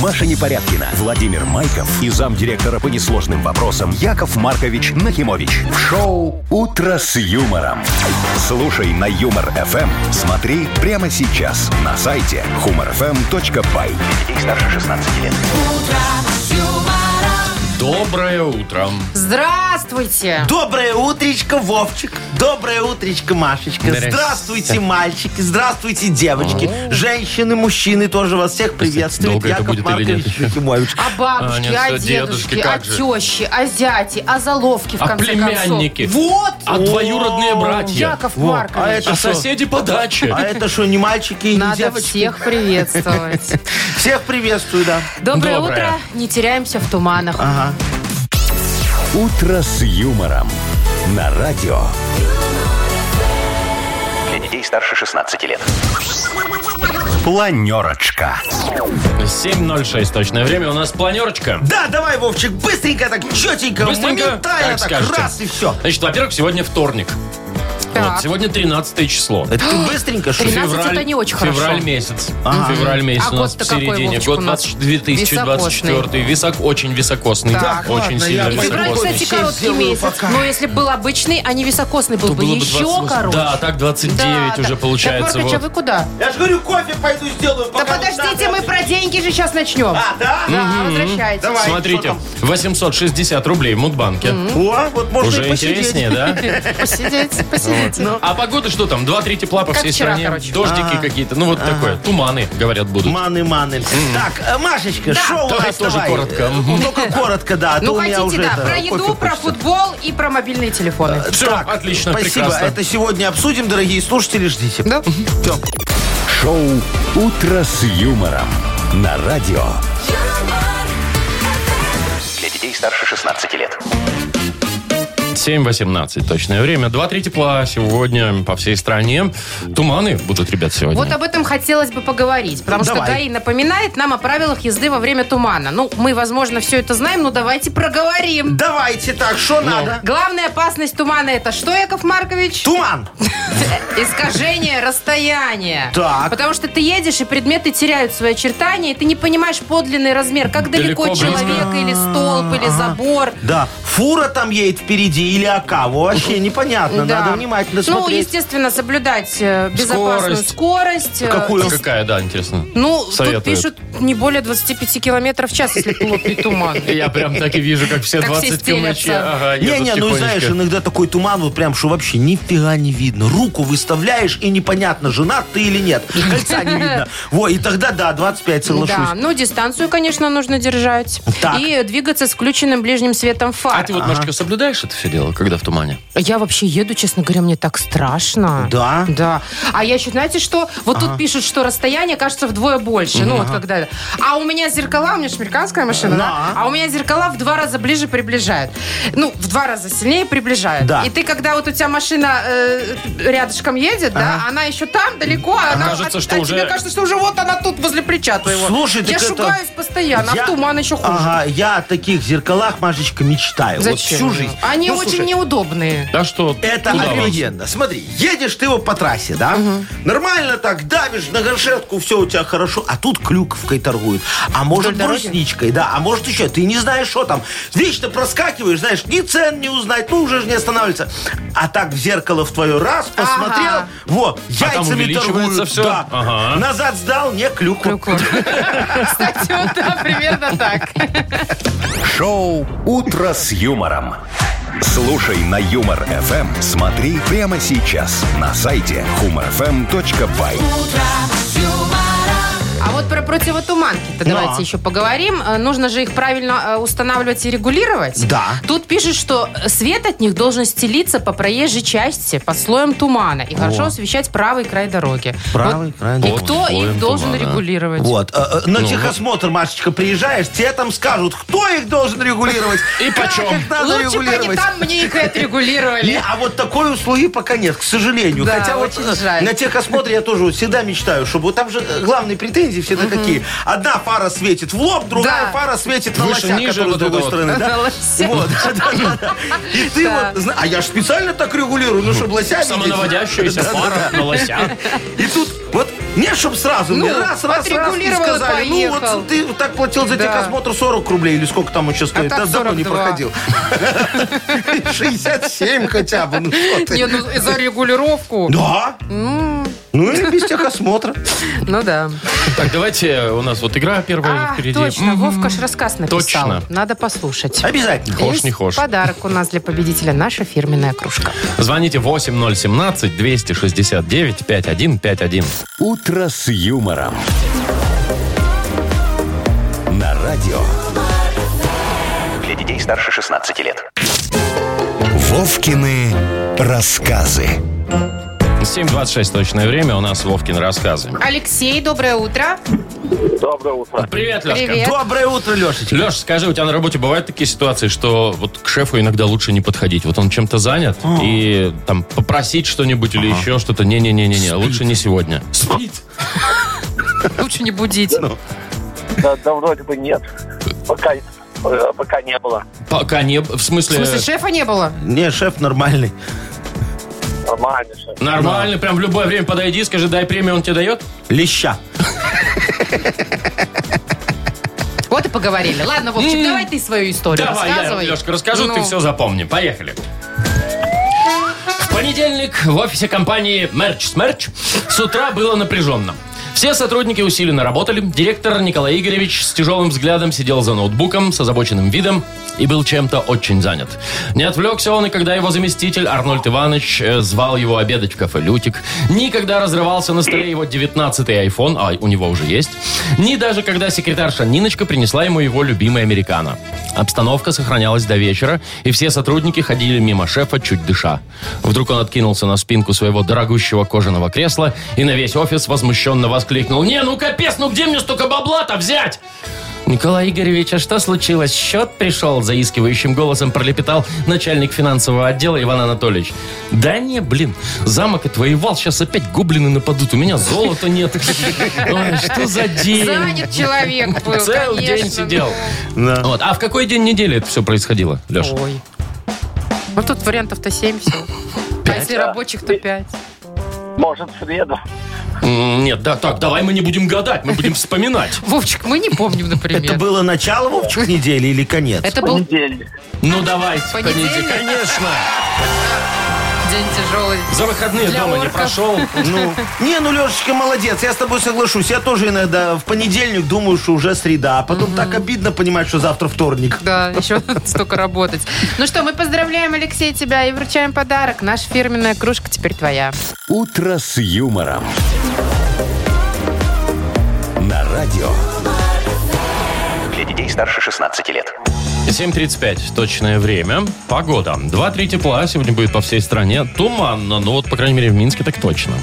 Маша Непорядкина, Владимир Майков и замдиректора по несложным вопросам Яков Маркович Нахимович. В шоу «Утро с юмором». Слушай на «Юмор-ФМ». Смотри прямо сейчас на сайте humorfm.by. Для детей старше 16 лет. Доброе утро. Здравствуйте. Доброе утречко, Вовчик. Доброе утречко, Машечка. Здрасте. Здравствуйте, мальчики. Здравствуйте, девочки. Женщины, мужчины тоже вас всех приветствуют. долго это Яков будет или Маркович нет? Нахимович. А бабушки, Аня, а, всё, дедушки, дедушки, а как же. тещи, а зяти, а заловки, в А конце племянники? концов. Вот! А двоюродные братья. Яков Во, Маркович. а это А что? соседи по даче. А это что, не мальчики и не Надо девочки? всех приветствовать. Всех приветствую, да. Доброе, Доброе. утро. Не теряемся в туманах. Ага. «Утро с юмором» на радио. Для детей старше 16 лет. Планерочка. 7.06 точное время. У нас планерочка. Да, давай, Вовчик, быстренько, так четенько, Быстренько, моментально, как так, скажете. раз и все. Значит, во-первых, сегодня вторник. Так. Вот, сегодня 13 число. Это ты быстренько, что ли? 13 это не очень февраль хорошо. месяц. Февраль месяц А у нас в год-то какой, середине. Вовчик, Год у нас? 20- 2024. Висок, очень високосный. Так, очень ладно, сильно я понял. Февраль, Закон. високосный. кстати, Все короткий сделаю месяц. пока. Но если был обычный, а не високосный был То бы, было бы еще 28. короче. Да, так 29 уже получается, Так, Маркович, а вот. вы куда? Я же говорю, кофе пойду сделаю. Да пока подождите, вот мы надо. про деньги же сейчас начнем. А, да? Да, возвращайтесь. Давай. Смотрите, 860 рублей в Мудбанке. О, вот можно Уже и посидеть. интереснее, да? Посидеть, посидите. А погода что там? 2-3 тепла по Ну. Как всей вчера, стране. короче. Дождики А. какие-то. Ну вот такое. Туманы, говорят, будут. Маны, маны. Так, э, Машечка, шоу у Давай нас тоже давай. коротко. Э, Мгм. Только коротко, да. а то Ну, у меня хотите, уже да, это, про кофе еду, про хочется. футбол и про мобильные телефоны. Все, отлично, Спасибо. прекрасно. Это сегодня обсудим, дорогие слушатели, ждите. Да? Всё. Шоу «Утро с юмором» на радио. Для детей старше 16 лет. 7.18 точное время. 2-3 тепла сегодня по всей стране. Туманы будут, ребят, сегодня. Вот об этом хотелось бы поговорить, потому что Давай. ГАИ напоминает нам о правилах езды во время тумана. Ну, мы, возможно, все это знаем, но давайте проговорим. Давайте так, что надо? Главная опасность тумана это что, Яков Маркович? Э, Туман. Искажение расстояния. Так. Потому что ты едешь, и предметы теряют свои очертания, и ты не понимаешь подлинный размер, как Далеко, далеко, близко. человек, А, или столб, или забор. Да, фура там едет впереди или АК. Во, Вообще непонятно, Да. надо внимательно Ну, смотреть. А естественно, соблюдать э, безопасную Скорость. скорость. э, Какую? Ну, Какая, да, интересно. Ну, Советуют. тут пишут не более 25 километров в час, если плотный туман. Я прям так и вижу, как все Как все 20 километров. стелятся. Ага, едут Не-не, ну тихонечко. знаешь, иногда такой туман, вот прям, что вообще нифига не видно. Руку выставляешь, и непонятно, женат ты или нет. Кольца не видно. Во, и тогда, да, 25 Да, соглашусь. ну дистанцию, конечно, нужно держать. Так. И двигаться с включенным ближним светом А фар. ты вот, Машечка, соблюдаешь это все дело, когда в тумане? Я вообще еду, честно говоря, мне так страшно. Да? Да. А я еще, знаете что? Вот тут пишут, что расстояние кажется вдвое больше. Ну, вот когда... А у меня зеркала, у меня же американская машина, да? Да. А у меня зеркала в два раза ближе приближают. Ну, в два раза сильнее приближают. Да. И ты, когда вот у тебя машина э, рядышком едет, да, она еще там далеко, а она... Кажется, а- что а уже- тебе кажется, что уже вот она тут возле плеча твоего. Слушай, Я так это- шугаюсь постоянно, Я- а в туман еще хуже. Ага, я о таких зеркалах, Машечка, мечтаю. Зачем? Вот всю жизнь. Они Ну, очень слушай, неудобные. Да что? Это куда вам? офигенно. Смотри, едешь ты его по трассе, да? Нормально так давишь на горшетку, все у тебя хорошо, а тут клюковкой торгуют. А может Вдоль дороги? брусничкой, да, а может еще, ты не знаешь, что там. Вечно проскакиваешь, знаешь, ни цен не узнать, ну уже ж не останавливается. А так в зеркало в твое раз посмотрел, Ага. вот, А там яйцами увеличивается торгуют. всё? Да. Ага. Назад сдал, не клюква. Кстати, вот, да, примерно так. Шоу «Утро с юмором». Слушай на Юмор ФМ. Смотри прямо сейчас на сайте humorfm.by. А вот про противотуманки-то Ну. давайте еще поговорим. Э, Нужно же их правильно э, устанавливать и регулировать. Да. Тут пишут, что свет от них должен стелиться по проезжей части под слоем тумана и хорошо освещать правый край дороги. Правый Вот край И дороги. кто Под слоем их должен тумана. регулировать? Вот. э, э, Ну, На техосмотр, Машечка, приезжаешь, тебе там скажут, кто их должен регулировать. И как почем. их надо Лучше бы они регулировать. там мне их Не, отрегулировали. а вот такой услуги пока нет, к сожалению. Да, Хотя вот очень э, жаль. на техосмотре я тоже вот всегда мечтаю, чтобы вот там же э, главные претензии всегда какие. Одна фара светит в лоб, другая Да. фара светит на Выше, лося, ниже который с вот это другой вот. стороны. да? Лося. Вот, да-да-да. И ты Да. вот, зна- Ну, а я же специально так регулирую, ну чтобы лося видеть. Самонаводящаяся Да-да-да. пара на лося. И тут Вот не, чтоб сразу Ну, мне раз, раз, раз и отрегулировал и сказали. Ну, поехал. вот ты вот так платил за Да. А техосмотр 40 рублей или сколько там он сейчас стоит. так Да, давно не 42. проходил. 67 хотя бы. ну что ты. Не, ну, за регулировку. Да. Ну или без техосмотра. Ну да. Так, давайте, у нас вот игра первая А, впереди. точно, Вовка ж рассказ написал. Точно. Надо послушать. Обязательно. Хошь, Есть не хошь. Подарок у нас для победителя наша фирменная кружка. Звоните 8017-269-5151. «Утро с юмором». На радио. Для детей старше 16 лет. Вовкины рассказы. 7.26 точное время, у нас Вовкин рассказы. Алексей, доброе утро. Привет, Лешка. Привет. Доброе утро, Лешечка. Леш, скажи, у тебя на работе бывают такие ситуации, что вот к шефу иногда лучше не подходить? Вот он чем-то занят, и там попросить что-нибудь или еще что-то. Не-не-не-не, лучше не сегодня. Спит. Лучше не будить. Ну, Да, да вроде бы нет. Пока, э, пока не было. Пока не... В В смысле... смысле, шефа не было? Не, шеф нормальный. Нормально все. Нормально, прям в любое время подойди, скажи, дай премию, он тебе дает? Леща. Вот и поговорили. Ладно, Вовчик, давай ты свою историю Давай, я, рассказывай. Лешка, расскажу, Ну. ты все запомни. Поехали. В понедельник в офисе компании Мерч Смерч с утра было напряженно. Все сотрудники усиленно работали. Директор Николай Игоревич с тяжелым взглядом сидел за ноутбуком с озабоченным видом и был чем-то очень занят. Не отвлекся он, и когда его заместитель Арнольд Иванович э, звал его обедать в кафе «Лютик», ни когда разрывался на столе его 19-й iPhone, а у него уже есть, ни даже когда секретарша Ниночка принесла ему его любимый американо. Обстановка сохранялась до вечера, и все сотрудники ходили мимо шефа, чуть дыша. Вдруг он откинулся на спинку своего дорогущего кожаного кресла и на весь офис возмущенно воскликнул. «Не, ну капец, ну где мне столько бабла-то взять?» Николай Игоревич, а что случилось? Счет пришел? Заискивающим голосом пролепетал начальник финансового отдела Иван Анатольевич. Да не, блин, замок отвоевал, сейчас опять гоблины нападут, у меня золота нет. Ой, что за день? Занят человек был, Целый конечно, день сидел. Да. Вот. А в какой день недели это все происходило, ну. Леша? Ой. Ну тут вариантов-то 7 всего. А если рабочих, то 5. Может, в среду. Нет, да, так, давай мы не будем гадать, мы будем вспоминать. Вовчик, мы не помним, например. Это было начало, Вовчик, недели или конец? Это был Понедельник. Ну давайте, в Понедельник? понедельник, конечно. день тяжелый. За выходные Для дома не орков. прошел. Ну, не, ну, Лешечка, молодец, я с тобой соглашусь. Я тоже иногда в понедельник думаю, что уже среда, а потом так обидно понимать, что завтра вторник. Да, еще столько работать. Ну что, мы поздравляем, Алексей, тебя и вручаем подарок. Наша фирменная кружка теперь твоя. «Утро с юмором». На радио. Для детей старше 16 лет. 7.35, точное время. Погода. 2-3 тепла сегодня будет по всей стране. Туманно, ну вот, по крайней мере, в Минске так точно.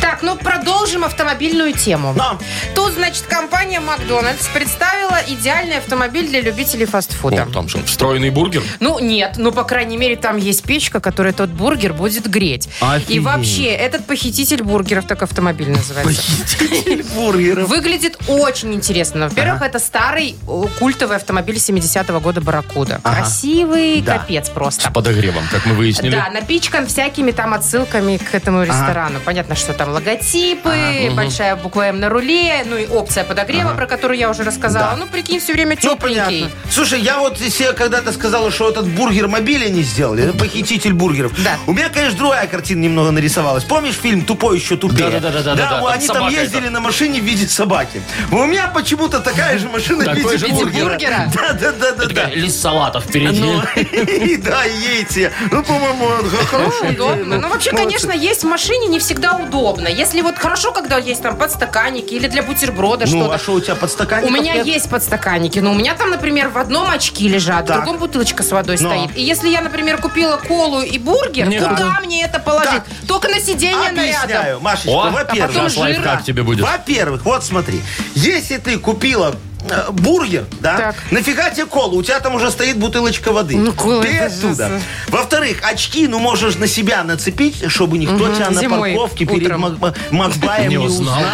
Так, ну продолжим автомобильную тему. Да. Тут, значит, компания Макдональдс представила идеальный автомобиль для любителей фастфуда. О, там что, встроенный бургер? Ну, нет, ну, по крайней мере, там есть печка, которая тот бургер будет греть. И Офигеть. вообще, этот похититель бургеров, так автомобиль называется. Похититель бургеров. Выглядит очень интересно. Во-первых, это старый э, культовый автомобиль 70-го года Барракуда. Красивый, Да. капец просто. С подогревом, как мы выяснили. Да, напичкан всякими там отсылками к этому ресторану. Понятно, что там логотипы, большая буква М на руле, ну и опция подогрева, про которую я уже рассказала. Ну, прикинь, все время Ну, тепленький. понятно. Слушай, я вот себе когда-то сказала, что этот бургер мобиля не сделали. Это похититель бургеров. Да. У меня, конечно, другая картина немного нарисовалась. Помнишь фильм «Тупой еще тупее»? Да-да-да-да-да-да. Там они там собака ездили эта. на машине в виде собаки. У меня почему-то такая же машина в Такой виде же бургер. бургера. Да-да-да-да. да. Такая, лист салата впереди. Ну, и да, и яйца. Ну, по-моему, он Ну, хороший. удобно. Ну, вообще, молодцы. конечно, есть в машине не всегда удобно. Если вот хорошо, когда есть там подстаканники или для бутерброда Ну, что-то. а что у тебя подстаканник? У меня есть подстаканники, но у меня там, например, в одном очки лежат, в Так. другом бутылочка с водой Но. стоит. И если я, например, купила колу и бургер, Не куда надо. мне это положить? Только на сиденье на рядом. Объясняю, Машечка, О, а во-первых. потом Сейчас жира. лайфхак тебе будет. Во-первых, вот смотри, если ты купила э, бургер, да? Так. Нафига тебе кола? У тебя там уже стоит бутылочка воды. Ну, кола Ты это же оттуда. за- Во-вторых, очки, ну, можешь на себя нацепить, чтобы никто тебя на зимой, парковке перед утром. Мак- Мак- Макбаем Не не узнал. узнал.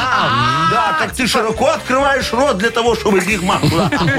Да, так ты широко открываешь рот для того, чтобы их мало.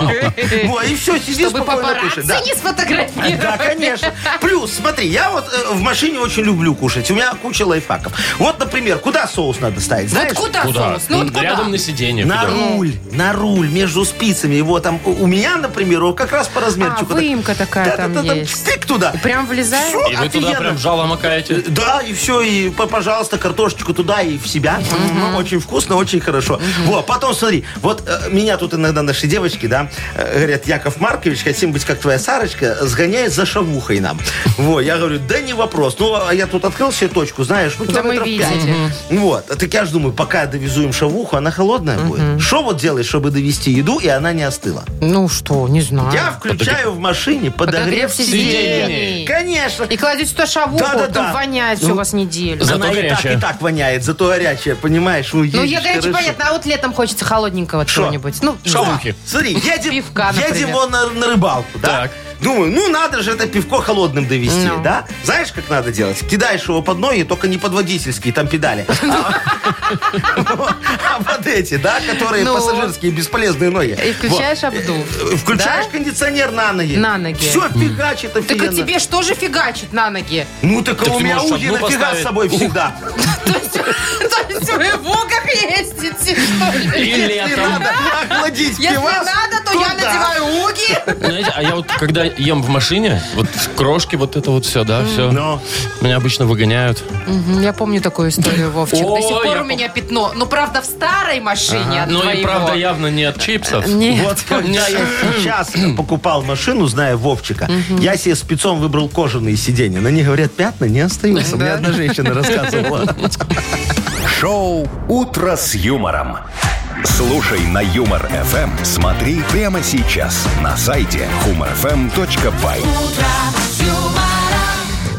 Во, и все, сиди Чтобы спокойно папарацци кушай. Да. не сфотографировали. Да, конечно. Плюс, смотри, я вот э, в машине очень люблю кушать. У меня куча лайфхаков. Вот, например, куда соус надо ставить? Знаешь? Вот куда, Куда? соус? Ну, вот куда? Рядом на сиденье. На Федор. руль, на руль, между спицами. Его там, у у меня, например, его как раз по размерчику. А, выемка такая там Да-да-да-да, есть. Стык туда. И прям влезает? Всё, И вы туда офигенно. прям жало макаете. Э, Да, и все, и, п- пожалуйста, картошечку туда и в себя. М, Очень вкусно, очень хорошо. Вот, потом смотри, вот э, меня тут иногда наши девочки, да, э, говорят, Яков Маркович, хотим быть как твоя Сарочка, сгоняет за шавухой нам. Вот, я говорю, да не вопрос. Ну, а я тут открыл себе точку, знаешь, ну, Да мы километров видели. пять. Вот, а так я же думаю, пока я довезу им шавуху, она холодная будет. Что вот делать, чтобы довести еду, и она не остыла? Ну что, не знаю. Я включаю в машине подогрев А, Подогрев сиденья. сидений. Конечно, И кладете туда шавуху, Да-да-да. там воняет всю Ну, вас неделю. Зато она и горячая. так, и так воняет, зато горячая, понимаешь? Ну, Ну, едешь, я горячий, хорошо. понятно, а вот летом хочется холодненького Шо? чего-нибудь. Ну, Шавухи. Смотри, едем, Пивка, например. едем вон на, на рыбалку, да? Так. Думаю, ну надо же это пивко холодным довести, Ну. да? Знаешь, как надо делать? Кидаешь его под ноги, только не под водительские, там педали. Ну. А под эти, да, которые Ну. пассажирские, бесполезные ноги. да. И включаешь Вот. Э, обдув. Включаешь Да? кондиционер на ноги. На ноги. Все фигачит Так и офигенно. тебе что же фигачит на ноги? Ну так Так а у ты меня можешь уги одну нафига поставить. с собой всегда. То есть то есть вы в вогах ездите, что И ли? Если летом. надо охладить Если пивас, надо, то я туда. надеваю уги. Знаете, а я вот когда ем в машине, вот крошки, вот это вот все, да, все. Ну. Меня обычно выгоняют. Я помню такую историю, Вовчик. О, До сих я пор у пом- меня пятно. Ну, правда, в старой машине от Ну и твоего. правда явно не от чипсов. Нет. Вот когда я сейчас покупал машину, зная Вовчика, я себе спецом выбрал кожаные сиденья. На них, говорят, пятна не остаются. Мне одна женщина рассказывала. Шоу «Утро с юмором». Слушай на Юмор ФМ. Смотри прямо сейчас на сайте humorfm.by.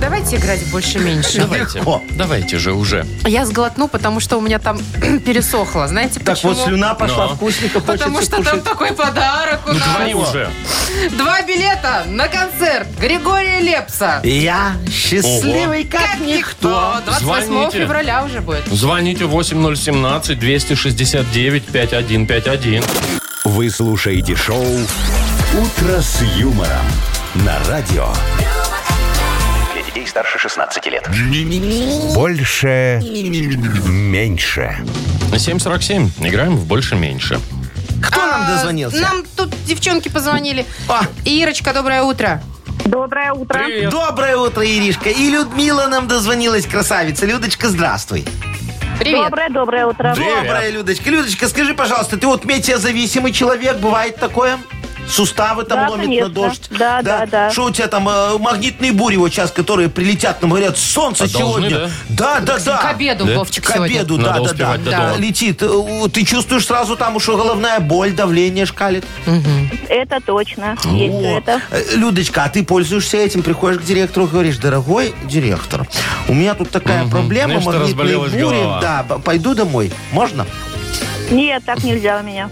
Давайте играть в больше-меньше. Давайте. Легко. Давайте же уже. Я сглотну, потому что у меня там пересохло. Знаете Так почему? вот слюна пошла, Но. вкусненько Потому хочется что там кушать. такой подарок у Ну нас. говори уже. Два билета на концерт Григория Лепса. Я счастливый, как никто. 28 Звоните. февраля уже будет. Звоните 8017-269-5151. Вы слушаете шоу «Утро с юмором» на радио. Для детей старше 16 лет. Больше. Меньше. На 747 играем в больше-меньше. Кто нам А, дозвонился? Нам тут девчонки позвонили. А. Ирочка, доброе утро. Доброе утро. Привет. Доброе утро, Иришка. И Людмила нам дозвонилась, красавица. Людочка, здравствуй. Привет. Доброе, доброе утро. Привет. Доброе, Людочка. Людочка, скажи, пожалуйста, ты вот метеозависимый человек, бывает такое? Суставы там Да, ломит конечно. на дождь. Да, да, да. Что у тебя там, э, магнитные бури вот сейчас, которые прилетят, нам говорят, солнце А должны, сегодня. Да, да, да. К обеду, Да. Вовчик, К сегодня. обеду, Надо да, да, да, успевать до дома. Летит. Э, у- Ты чувствуешь сразу там, что головная боль, давление шкалит. Это точно. Есть всё О, это. э, Людочка, а ты пользуешься этим, приходишь к директору, говоришь, дорогой директор, у меня тут такая проблема, Мне что-то магнитные разболелась бури, голова. да, п- пойду домой, можно? Нет, так нельзя у меня.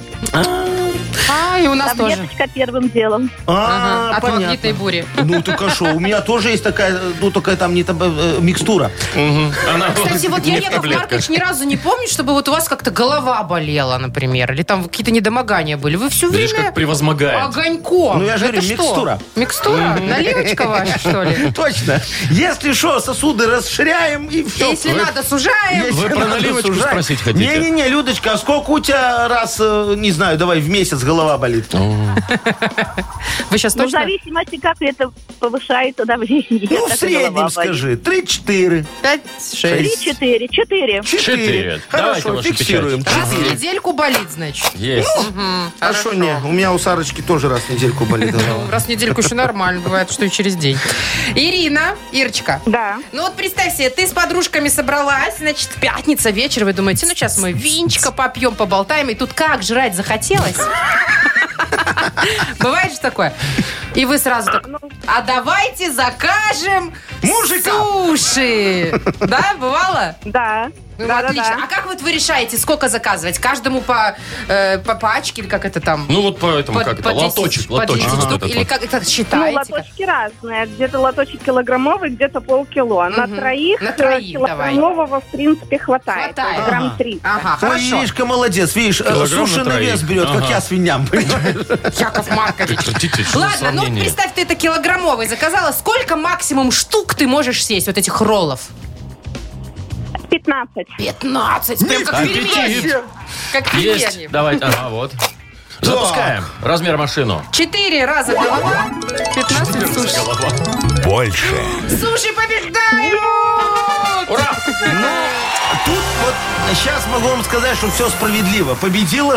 А, и у нас тоже. Таблеточка первым делом. Ага, от А, понятно. магнитной бури. Ну, так а что, у меня тоже есть такая, э, ну, такая там не таб- э, микстура. Мгм. Она Кстати, вот я, не в Яков таблетках. Маркович, ни разу не помню, чтобы вот у вас как-то голова болела, например, или там какие-то недомогания были. Вы все Видишь, время как превозмогает. огоньком. Ну, я же Это говорю, что? микстура. Микстура? Наливочка ваша, что ли? Точно. Если что, сосуды расширяем и все. Если надо, сужаем. Вы про наливочку спросить хотите? Не-не-не, Людочка, а сколько у тебя раз, э, не знаю, давай в месяц голова болит? Вы сейчас Ну, в точно? зависимости, как это повышается давление. Ну, в так и среднем голова болит. скажи. 3-4. Пять, шесть. Три, четыре, четыре. Четыре. Давайте Хорошо, вашу фиксируем. печать. Раз в Четыре. недельку болит, значит. Есть. Ну, А что не? У меня у Сарочки тоже раз в недельку болит голова. Раз в недельку еще нормально бывает, что и через день. Ирина, Ирочка. Да. Ну вот представь себе, ты с подружками собралась, значит, пятница вечер, вы думаете, ну сейчас мы винчика попьем, поболтаем, и тут как жрать захотелось? Бывает же такое? И вы сразу так, а давайте «Ну, закажем Мужика! Суши! Да, бывало? Да. Ну, Да, да, отлично. да. А как вот вы решаете, сколько заказывать? Каждому по, э, по пачке или как это там? Ну вот поэтому По- как по это? 10, Лоточек, по лоточек. 10 вот штук, этот Или вот. как это Ну, считаете? как? лоточки разные. Где-то лоточек килограммовый, где-то полкило. На Мгм. троих, На э, троих давай. килограммового, в принципе, хватает. Хватает. Грамм Ага. три. Ага, Ой, хорошо. Иришка, молодец. Видишь, э, Килограмм на суши на троих. вес берет, Ага. как я свиням. понимаешь? Яков Маркович. Прекратите, что за Ладно, ну вот сравнение? представь, ты это килограммовый заказала. Сколько максимум штук ты можешь съесть вот этих роллов? 15. 15. Прям как Аппетит. пельмени. Как Есть. пельмени. Давайте. Ага, вот. Запускаем. Размер машину. Четыре раза голова, 15 суши. Голова. Больше. Суши побеждают! Ура! Тут вот сейчас могу вам сказать, что все справедливо. Победила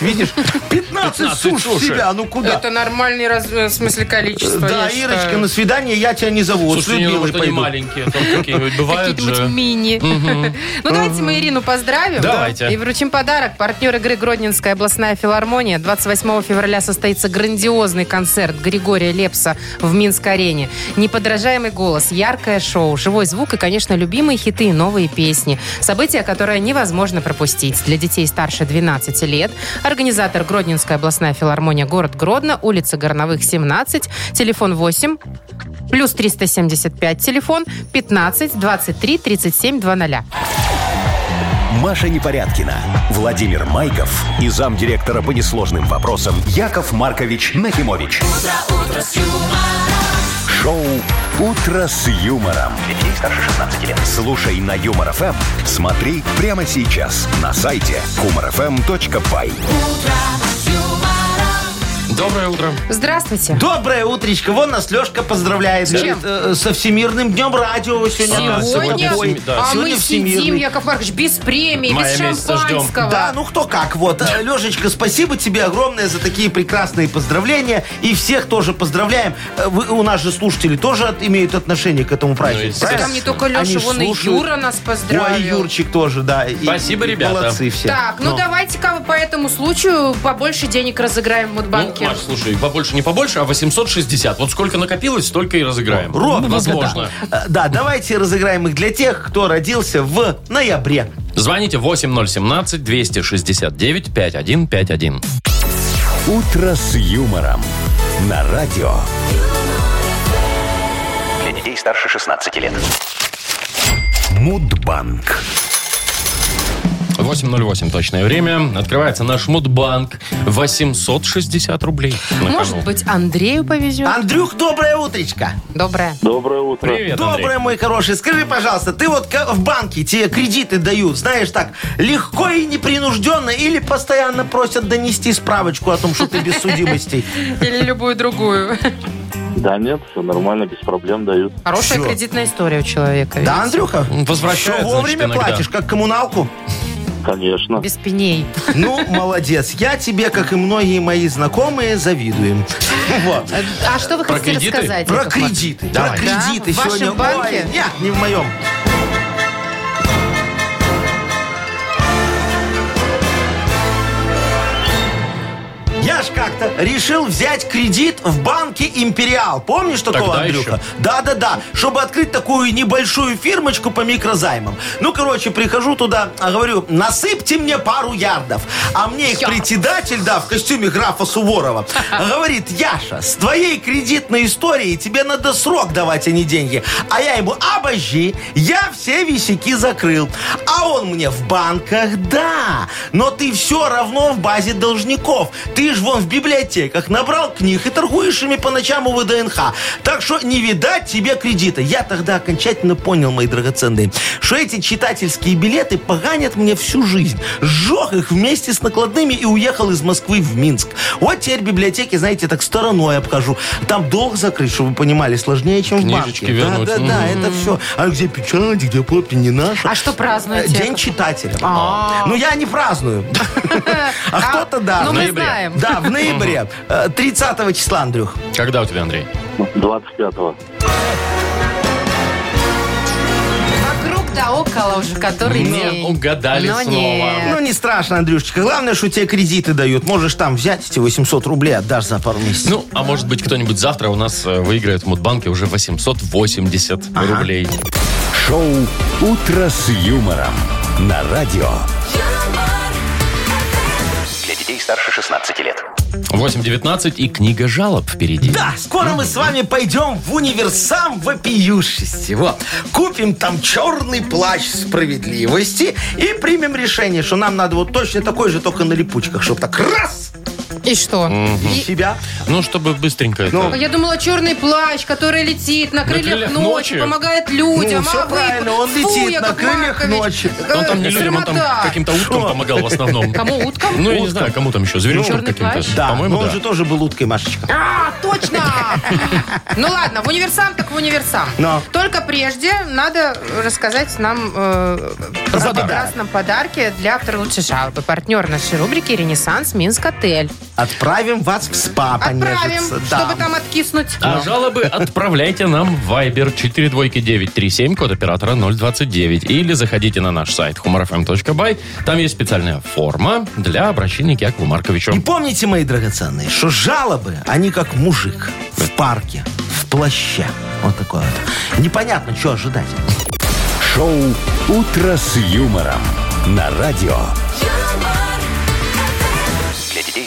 видишь? 15 15 суш суши. себя, ну куда? Это нормальный раз- э, в смысле количество, я Да, Ирочка, считаю. ну, на свидание я тебя не зову. Вот с Слушайте, не думаю, Людмилой что они пойду. маленькие. Там какие-нибудь бывают Какие-нибудь же. мини. Ну, давайте мы Ирину поздравим. Давайте. И вручим подарок. Партнер игры «Гродненская областная филармония». 28 февраля состоится грандиозный концерт Григория Лепса в Минск-арене. Неподражаемый голос, яркое шоу, живой звук и, конечно, любимые хиты и новые песни. Событие, которое невозможно пропустить. Для детей старше 12 лет. Организатор Гродненская областная филармония город Гродно, улица Горновых, 17, телефон 8 плюс 375 телефон 15 23 37 00. Маша Непорядкина, Владимир Майков и замдиректора по несложным вопросам Яков Маркович Нахимович. Шоу Утро с юмором. Детей старше 16 лет. Слушай на юмор ФМ. Смотри прямо сейчас на сайте humorfm.by. Доброе утро. Здравствуйте. Доброе утречко. Вон нас Лешка поздравляет. С чем? Говорит, э, со Всемирным днем радио сегодня. А, оказывается. сегодня Сегодня, всеми- да. а Сегодня мы сидим, всемирный. Яков Маркович, без премии, Мая без месяца ждем. шампанского. Да, ну кто как. Вот, Э, Лешечка, спасибо тебе огромное за такие прекрасные поздравления. И всех тоже поздравляем. Э, вы- у нас же слушатели тоже от- имеют отношение к этому празднику. естественно. правильно? Там не только Леша, Они ж вон и слушают. Юра нас поздравил. Ой, Юрчик тоже, да. И- Спасибо, и ребята. Молодцы все. Так, ну, Но. давайте-ка по этому случаю побольше денег разыграем в Мудбанке. Ну, Маш, слушай, побольше не побольше, а 860. Вот сколько накопилось, столько и разыграем. Ровно, Ну, Возможно. Да. Э, да, давайте разыграем их для тех, кто родился в ноябре. Звоните 8017-269-5151. Утро с юмором. На радио. Для детей старше 16 лет. Мудбанк. 8.08 точное время. Открывается наш Мудбанк. 860 рублей. на Может кону. быть, Андрею повезет? Андрюх, доброе утречко. Доброе. Доброе утро. Привет, Андрей. Доброе, мой хороший. Скажи, пожалуйста, ты вот ка- в банке тебе кредиты дают, знаешь, так, легко и непринужденно, или постоянно просят донести справочку о том, что ты без судимостей? Или любую другую. Да нет, все нормально, без проблем дают. Хорошая Всё. кредитная история у человека. Да, видите? Андрюха? Возвращают, Что, значит, вовремя иногда. платишь, как коммуналку? Конечно. Без пеней. Ну, молодец. Я тебе, как и многие мои знакомые, завидуем. Вот. А что вы Про хотите кредиты? рассказать? Про Яков Маркович? кредиты. Про Давай. кредиты Да? В вашем сегодня. Ой, банке? Нет, не в моем. Я ж как-то решил взять кредит в банке «Империал». Помнишь такого, Тогда Андрюха? еще. Да-да-да. Чтобы открыть такую небольшую фирмочку по микрозаймам. Ну, короче, прихожу туда, а говорю, насыпьте мне пару ярдов. А мне их председатель, да, в костюме графа Суворова, говорит, Яша, с твоей кредитной историей тебе надо срок давать, а не деньги. А я ему, обожди, я все висяки закрыл. А он мне, в банках, да, но ты все равно в базе должников. Ты ж вон в библиотеках набрал книг и торгуешь ими по ночам у ВДНХ. Так что не видать тебе кредита. Я тогда окончательно понял, мои драгоценные, что эти читательские билеты поганят мне всю жизнь. Сжег их вместе с накладными и уехал из Москвы в Минск. Вот теперь библиотеки, знаете, так стороной обхожу. Там долг закрыть, чтобы вы понимали, сложнее, чем Книжечки в банке. вернуть. Да, да, да, это все. А где печать, где попи, не наша. Э, А что празднуете? День читателя. Ну, я не праздную. А кто-то да. Ну, В мы ноябре. знаем. Да, в ноябре. Э, 30 числа, Андрюх. Когда у тебя, Андрей? 25-го. Вокруг да да около уже который Не день. угадали Но снова. Ну, Нет. не страшно, Андрюшечка. Главное, что тебе кредиты дают. Можешь там взять эти 800 рублей, отдашь за пару месяцев. Ну, а может быть, кто-нибудь завтра у нас э, выиграет в Мудбанке уже 880 рублей. Шоу «Утро с юмором» на радио. Для детей старше 16 лет. 8.19 и книга жалоб впереди. Да, скоро мы с вами пойдем в универсам вопиющести. Вот. Купим там черный плащ справедливости и примем решение, что нам надо вот точно такой же, только на липучках, чтобы так раз И что? и себя. Ну, чтобы быстренько это... А Я думала, черный плащ, который летит на крыльях крыльях ночи, ночи. помогает людям. Ну, всё а вы- правильно, он Фу, летит Яков на крыльях Маркович. ночи. Ну, Он там не Э, людям, он там срамота. каким-то уткам помогал в основном. Кому, уткам? Ну, я не знаю, кому там еще, зверюшкам Черный каким-то. плащ? Да, По-моему, но он да. же тоже был уткой, Машечка. А, точно! Ну ладно, в универсам так в универсам. Но. Только прежде надо рассказать нам э, Про о подарок. прекрасном подарке для автора лучшей жалобы. Партнер нашей рубрики «Ренессанс Минск Отель». Отправим вас в спа, Отправим, понежиться. чтобы там откиснуть. А жалобы отправляйте нам в Viber 42937, код оператора 029. Или заходите на наш сайт humorfm.by. Там есть специальная форма для обращения к Якову Марковичу. И помните, мои драгоценные, что жалобы, они как мужик в парке, в плаще. Вот такое вот. Непонятно, что ожидать. Шоу «Утро с юмором» на радио. Для детей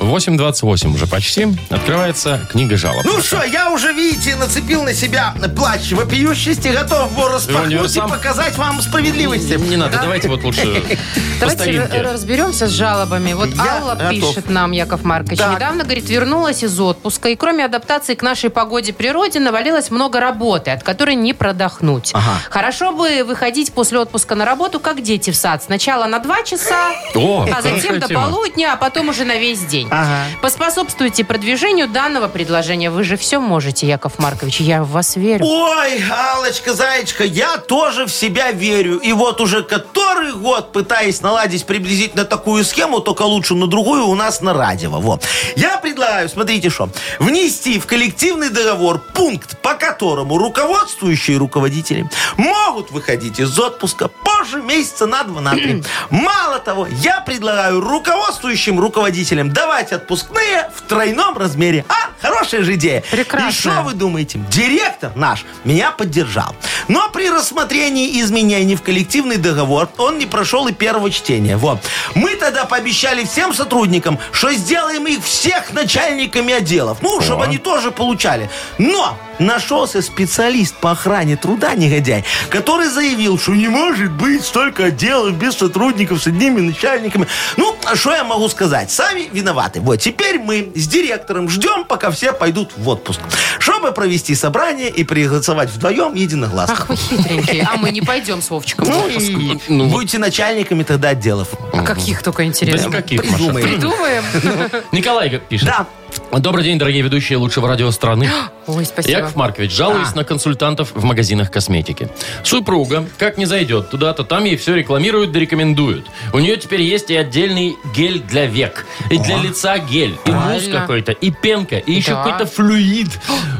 8.28 уже почти. Открывается книга жалоб. Ну что, я уже, видите, нацепил на себя плащ вопиющести, готов его распахнуть и универсам? показать вам справедливости. Не, не надо, давайте вот лучше по Давайте старинке. р- разберемся с жалобами. Вот Я Алла готов. пишет нам, Яков Маркович, Так. недавно, говорит, вернулась из отпуска, и кроме адаптации к нашей погоде природе навалилось много работы, от которой не продохнуть. Ага. Хорошо бы выходить после отпуска на работу, как дети в сад. Сначала на два часа, О, а затем хорошая до тема. полудня, а потом уже на весь день. Ага. Поспособствуйте продвижению данного предложения. Вы же все можете, Яков Маркович. Я в вас верю. Ой, Алочка, Зайчка, я тоже в себя верю. И вот уже который год пытаюсь наладить приблизительно такую схему, только лучше на другую у нас на радио. Вот. Я предлагаю, смотрите что, внести в коллективный договор пункт, по которому руководствующие руководители могут выходить из отпуска позже месяца на два на три. Мало того, я предлагаю руководствующим руководителям давать отпускные в тройном размере. А, хорошая же идея. Прекрасно. И что вы думаете? Директор наш меня поддержал. Но при рассмотрении изменений в коллективный договор он не прошел и первого чтения. Вот. Мы тогда пообещали всем сотрудникам, что сделаем их всех начальниками отделов. Ну, чтобы они тоже получали. Но нашелся специалист по охране труда, негодяй, который заявил, что не может быть столько отделов без сотрудников с одними начальниками. Ну, а что я могу сказать? Сами виноваты. Вот теперь мы с директором ждем, пока все пойдут в отпуск, чтобы провести собрание и проголосовать вдвоем единогласно. Ах, вы хитренькие. А мы не пойдем с Вовчиком. в ну отпуск. и Ну, вот. будете начальниками тогда отделов. А каких только Да интересно. никаких, Маша. Придумаем. Придумаем. Николай г- пишет. Да. Добрый день, дорогие ведущие лучшего радио страны. Ой, спасибо. А. Яков Маркович, жалуюсь на консультантов в магазинах косметики. Супруга, как не зайдет туда-то, там ей все рекламируют да рекомендуют. У нее теперь есть и отдельный гель для век, и для лица гель, и мусс Правильно. какой-то, и пенка, и еще Да. какой-то флюид.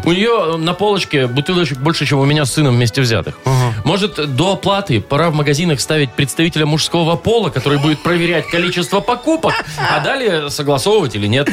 У нее э, на полочке бутылочек больше, чем у меня с сыном вместе взятых. Может, э, до оплаты пора в магазинах ставить представителя мужского пола, который будет проверять количество покупок, а далее согласовывать или нет.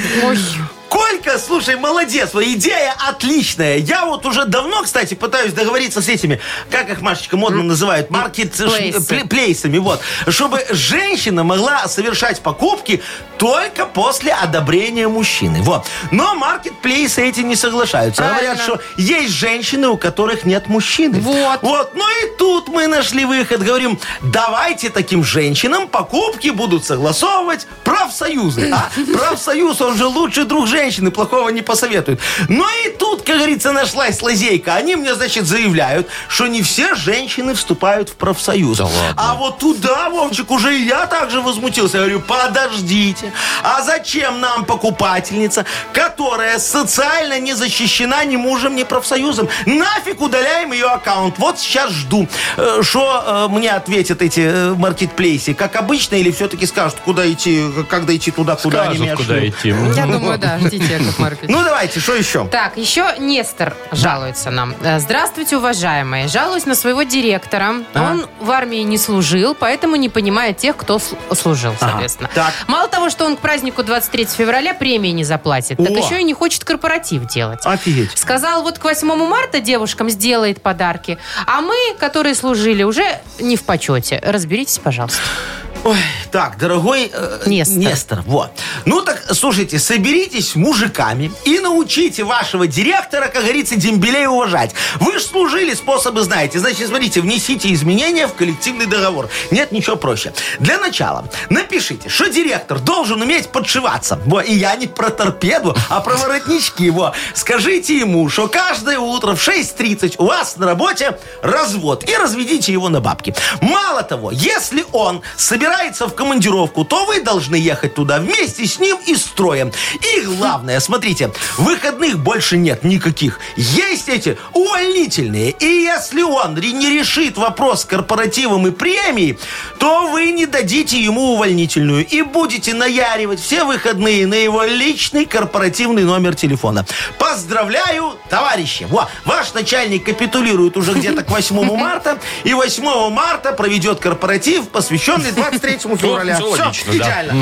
Колька, слушай, молодец, вот идея отличная. Я вот уже давно, кстати, пытаюсь договориться с этими, как их, Машечка, модно называют, Плейсы. маркетплейсами, вот, чтобы женщина могла совершать покупки только после одобрения мужчины, вот. Но маркетплейсы эти не соглашаются. Говорят, Правильно. что есть женщины, у которых нет мужчины. Вот. Вот, ну и тут мы нашли выход. Говорим, давайте таким женщинам покупки будут согласовывать профсоюзы. А профсоюз, он же лучший друг женщины, плохого не посоветует. Ну и тут, как говорится, нашлась лазейка. Они мне, значит, заявляют, что не все женщины вступают в профсоюз. А вот туда, Вовчик, уже и я также возмутился. Я говорю, подождите, а зачем нам покупательница, которая социально не защищена ни мужем, ни профсоюзом? Нафиг удаляем ее аккаунт. Вот сейчас жду, Э, что мне ответят эти э, маркетплейсы, как обычно, или все-таки скажут, куда идти, как дойти туда, куда они Скажут, меня куда шлют. идти. Я думаю, да, ждите, Яков Маркович. Ну давайте, что еще? Так, еще Нестор жалуется нам. Э, Здравствуйте, уважаемые. Жалуюсь на своего директора. Ага. Он в армии не служил, поэтому не понимает тех, кто сл- служил, соответственно. Так. Мало того, что он к празднику 23 февраля премии не заплатит, так О. еще и не хочет корпоратив делать. Офигеть. Сказал, вот к 8 марта девушкам сделает подарки, а мы, которые служили, уже не в почете. Разберитесь, пожалуйста. Ой, так, дорогой э, Нестор. Нестор. вот. Ну так, слушайте, соберитесь мужиками и научите вашего директора, как говорится, дембелей уважать. Вы ж служили, способы знаете. Значит, смотрите, внесите изменения в коллективный договор. Нет, ничего проще. Для начала напишите, что директор должен уметь подшиваться. Во, и я не про торпеду, а про воротнички его. Скажите ему, что каждое утро в 6.30 у вас на работе развод. И разведите его на бабки. Мало того, если он собирается в командировку, то вы должны ехать туда вместе с ним и строем. И главное, смотрите, выходных больше нет никаких. Есть эти увольнительные. И если он ре- не решит вопрос с корпоративом и премией, то вы не дадите ему увольнительную и будете наяривать все выходные на его личный корпоративный номер телефона. Поздравляю, товарищи! Во, ваш начальник капитулирует уже где-то к 8 марта, и 8 марта проведет корпоратив, посвященный 23 февраля. всё Всё, логично, да. идеально.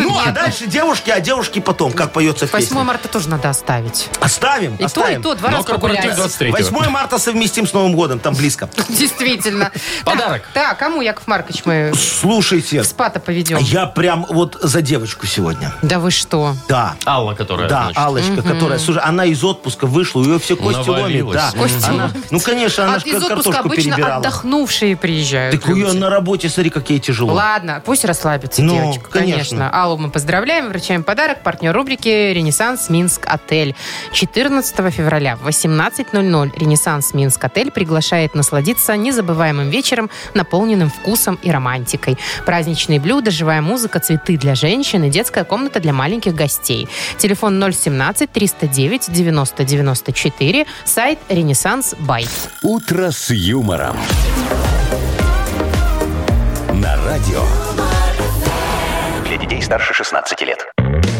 Ну, а дальше девушки, а девушки потом, как поется в 8 песне. марта тоже надо оставить. Оставим, И то, и оставим. то, два Но раза корпоратив прогуляйся. 23 8 марта совместим с Новым годом, там близко. Действительно. Подарок. Так, так, кому, Яков Маркович, мы Слушайте, спата поведем? А я прям вот за девочку сегодня. Да вы что? Да. Алла, которая... Да, значит, Аллочка, которая, слушай, она из отпуска вышла, у нее все кости ломит. Навалилось. Да. Кости Она- ну, конечно, она А ж из как отпуска картошку обычно перебирала. отдохнувшие приезжают. Так у нее люди. на работе, смотри, как ей тяжело. Ладно, пусть расслабится Ну, девочка, конечно. конечно. Аллу мы поздравляем, вручаем подарок. Партнер рубрики «Ренессанс Минск Отель». 14 февраля в 18.00 «Ренессанс Минск Отель» приглашает насладиться незабываемым вечером, наполненным вкусом и романтикой. Праздничные блюда, живая музыка, цветы для женщин и детская комната для маленьких гостей. Телефон 017-309-90-94, сайт «Ренессанс Бай». «Утро с юмором». На радио. Для детей старше 16 лет.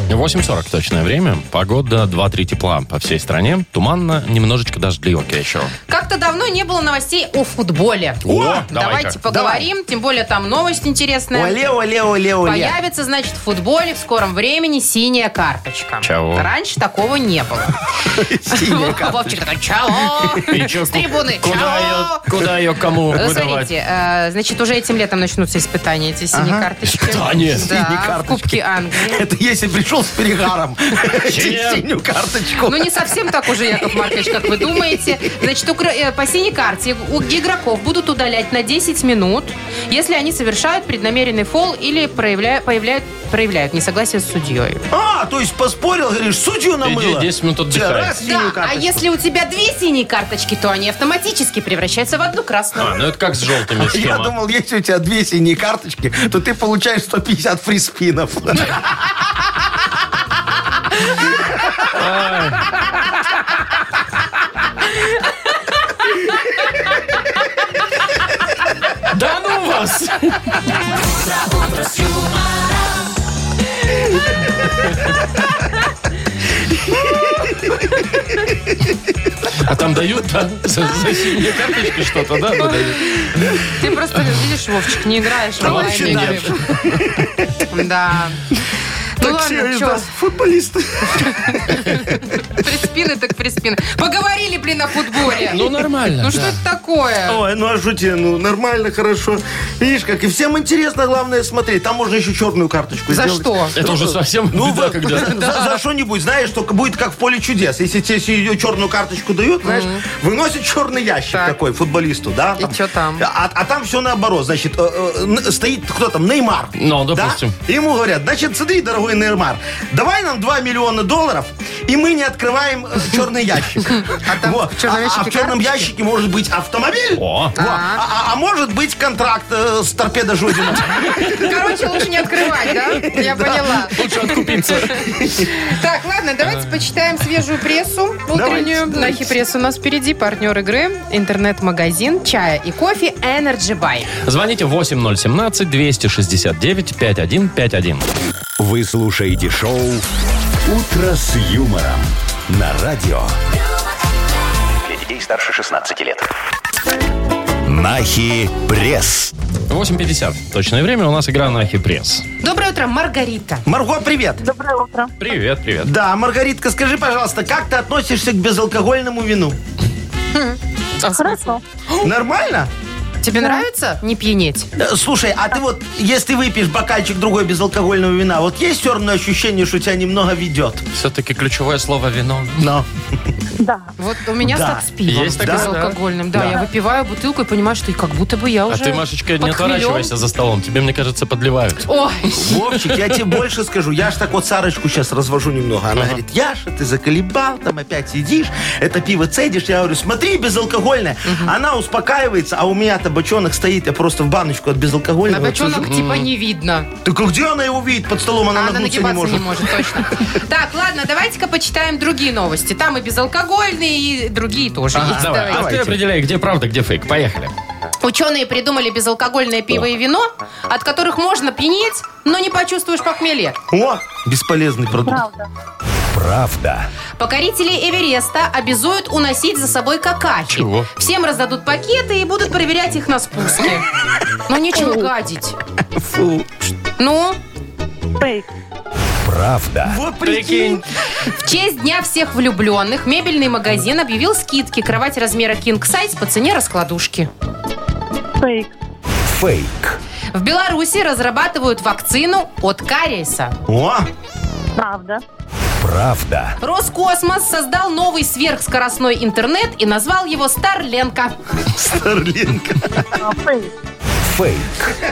8.40 точное время. Погода 2-3 тепла по всей стране. Туманно, немножечко дождливо еще. Как-то давно не было новостей о футболе. О, давайте, давай-ка. поговорим. Тем более там новость интересная. Оле, оле, оле, оле. Появится, значит, в футболе в скором времени синяя карточка. Чего? Раньше такого не было. Вовчик такой, И чао! чё, С трибуны, Куда чао! ее, куда ее кому Ну, выдавать? Смотрите, э, значит, уже этим летом начнутся испытания эти синие карточки. Испытания? Синие Да, в карточки. Кубке Англии. Это если пришел с перегаром. Синяя. Синюю карточку. Ну, не совсем так уже, Яков Маркович, как вы думаете. Значит, укра- э, по синей карте у игроков будут удалять на 10 минут, если они совершают преднамеренный фол или проявляют, появляют, проявляют несогласие с судьей. А, то есть поспорил, говоришь, судью намыло. 10 минут отдыхай. Тебя Раз, Да, синюю а карточку. если у тебя две синие карточки, то они автоматически превращаются в одну красную. А, ну это как с желтыми Я схема. думал, если у тебя две синие карточки, то ты получаешь 150 фриспинов. Ну Да ну вас! А там дают, да? За, за синие карточки что-то, Ну, да? Ну, выдают? Ты просто, видишь, Вовчик, не играешь в Да онлайн вообще игры. Да. Ну ладно, Все, что, да, Футболисты. приспины так приспины. Поговорили, блин, о футболе. Ну нормально. Ну что это такое? Ой, ну а шути, ну нормально, хорошо. Видишь, как и всем интересно, главное смотреть. Там можно еще черную карточку За сделать. что? Это уже совсем Ну, беда, вот, когда... за, за что-нибудь, знаешь, только будет как в поле чудес. Если тебе черную карточку дают, знаешь, выносят черный ящик Так. такой футболисту, да? И чё там? А, а там все наоборот, значит, э, э, н- стоит кто там, Неймар. Ну, допустим. Да? Ему говорят, значит, смотри, дорогой Неймар, давай нам 2 миллиона долларов, и мы не открываем э, черный ящик. там Вот. в черном А- а ящике в черном карточки? ящике может быть автомобиль, О, Во. А, а- а может быть контракт э, с торпедо Жодином. Короче, лучше не открывать, да? Я поняла. лучше откупиться. Так, ладно, давайте почитаем свежую прессу, утреннюю. Нахи пресс у нас впереди, партнер игры, интернет-магазин чая и кофе Energy Buy. Звоните 8017-269-5151. Вы слушаете шоу «Утро с юмором» на радио. детей старше 16 лет. Нахи пресс. 8.50. Точное время. У нас игра на Хипресс. Доброе утро, Маргарита. Марго, привет. Доброе утро. Привет, привет. Да, Маргаритка, скажи, пожалуйста, как ты относишься к безалкогольному вину? Хорошо. Нормально? Тебе нравится не пьянеть? Э, Слушай, а ты вот, если выпьешь бокальчик другой безалкогольного вина, вот есть все равно ощущение, что тебя немного ведет? Все-таки ключевое слово вино. Ну Но. Да. Вот у меня Да. так с пивом. Есть с такое, да? алкогольным. Да, я выпиваю бутылку и понимаю, что и как будто бы я А уже ты, Машечка, не под хмелем. отворачивайся за столом. Тебе, мне кажется, подливают. Ой, Вовчик, я тебе больше скажу. Я ж так вот Сарочку сейчас развожу немного. Она говорит, Яша, ты заколебал, там опять сидишь, это пиво цедишь. Я говорю, смотри, безалкогольное. Она успокаивается, а у меня-то бочонок стоит, я просто в баночку от на безалкогольного. бочонок типа не видно. чужого. Так а где она его видит? Под столом она, А она нагнуться не нагибаться не может. может, точно. Так, ладно, давайте-ка почитаем другие новости. Там и безалкогольные, и другие тоже есть. Давай, а ты давайте. определяй, где правда, где фейк. Поехали. Ученые придумали безалкогольное пиво и вино, от которых можно пьянеть, но не почувствуешь похмелье. О, бесполезный продукт. Правда. Правда. Покорители Эвереста обязуют уносить за собой какахи. Чего? Всем раздадут пакеты и будут проверять их на спуске. Ну, нечего гадить. Фу. Ну, Фейк. Правда. Вот прикинь. в честь Дня всех влюбленных мебельный магазин объявил скидки. Кровать размера King Size по цене раскладушки. Фейк. Фейк. В Беларуси разрабатывают вакцину от кариеса. О, Правда. Правда. Роскосмос создал новый сверхскоростной интернет и назвал его Старленка. Старлинка. А, Фейк. Фейк.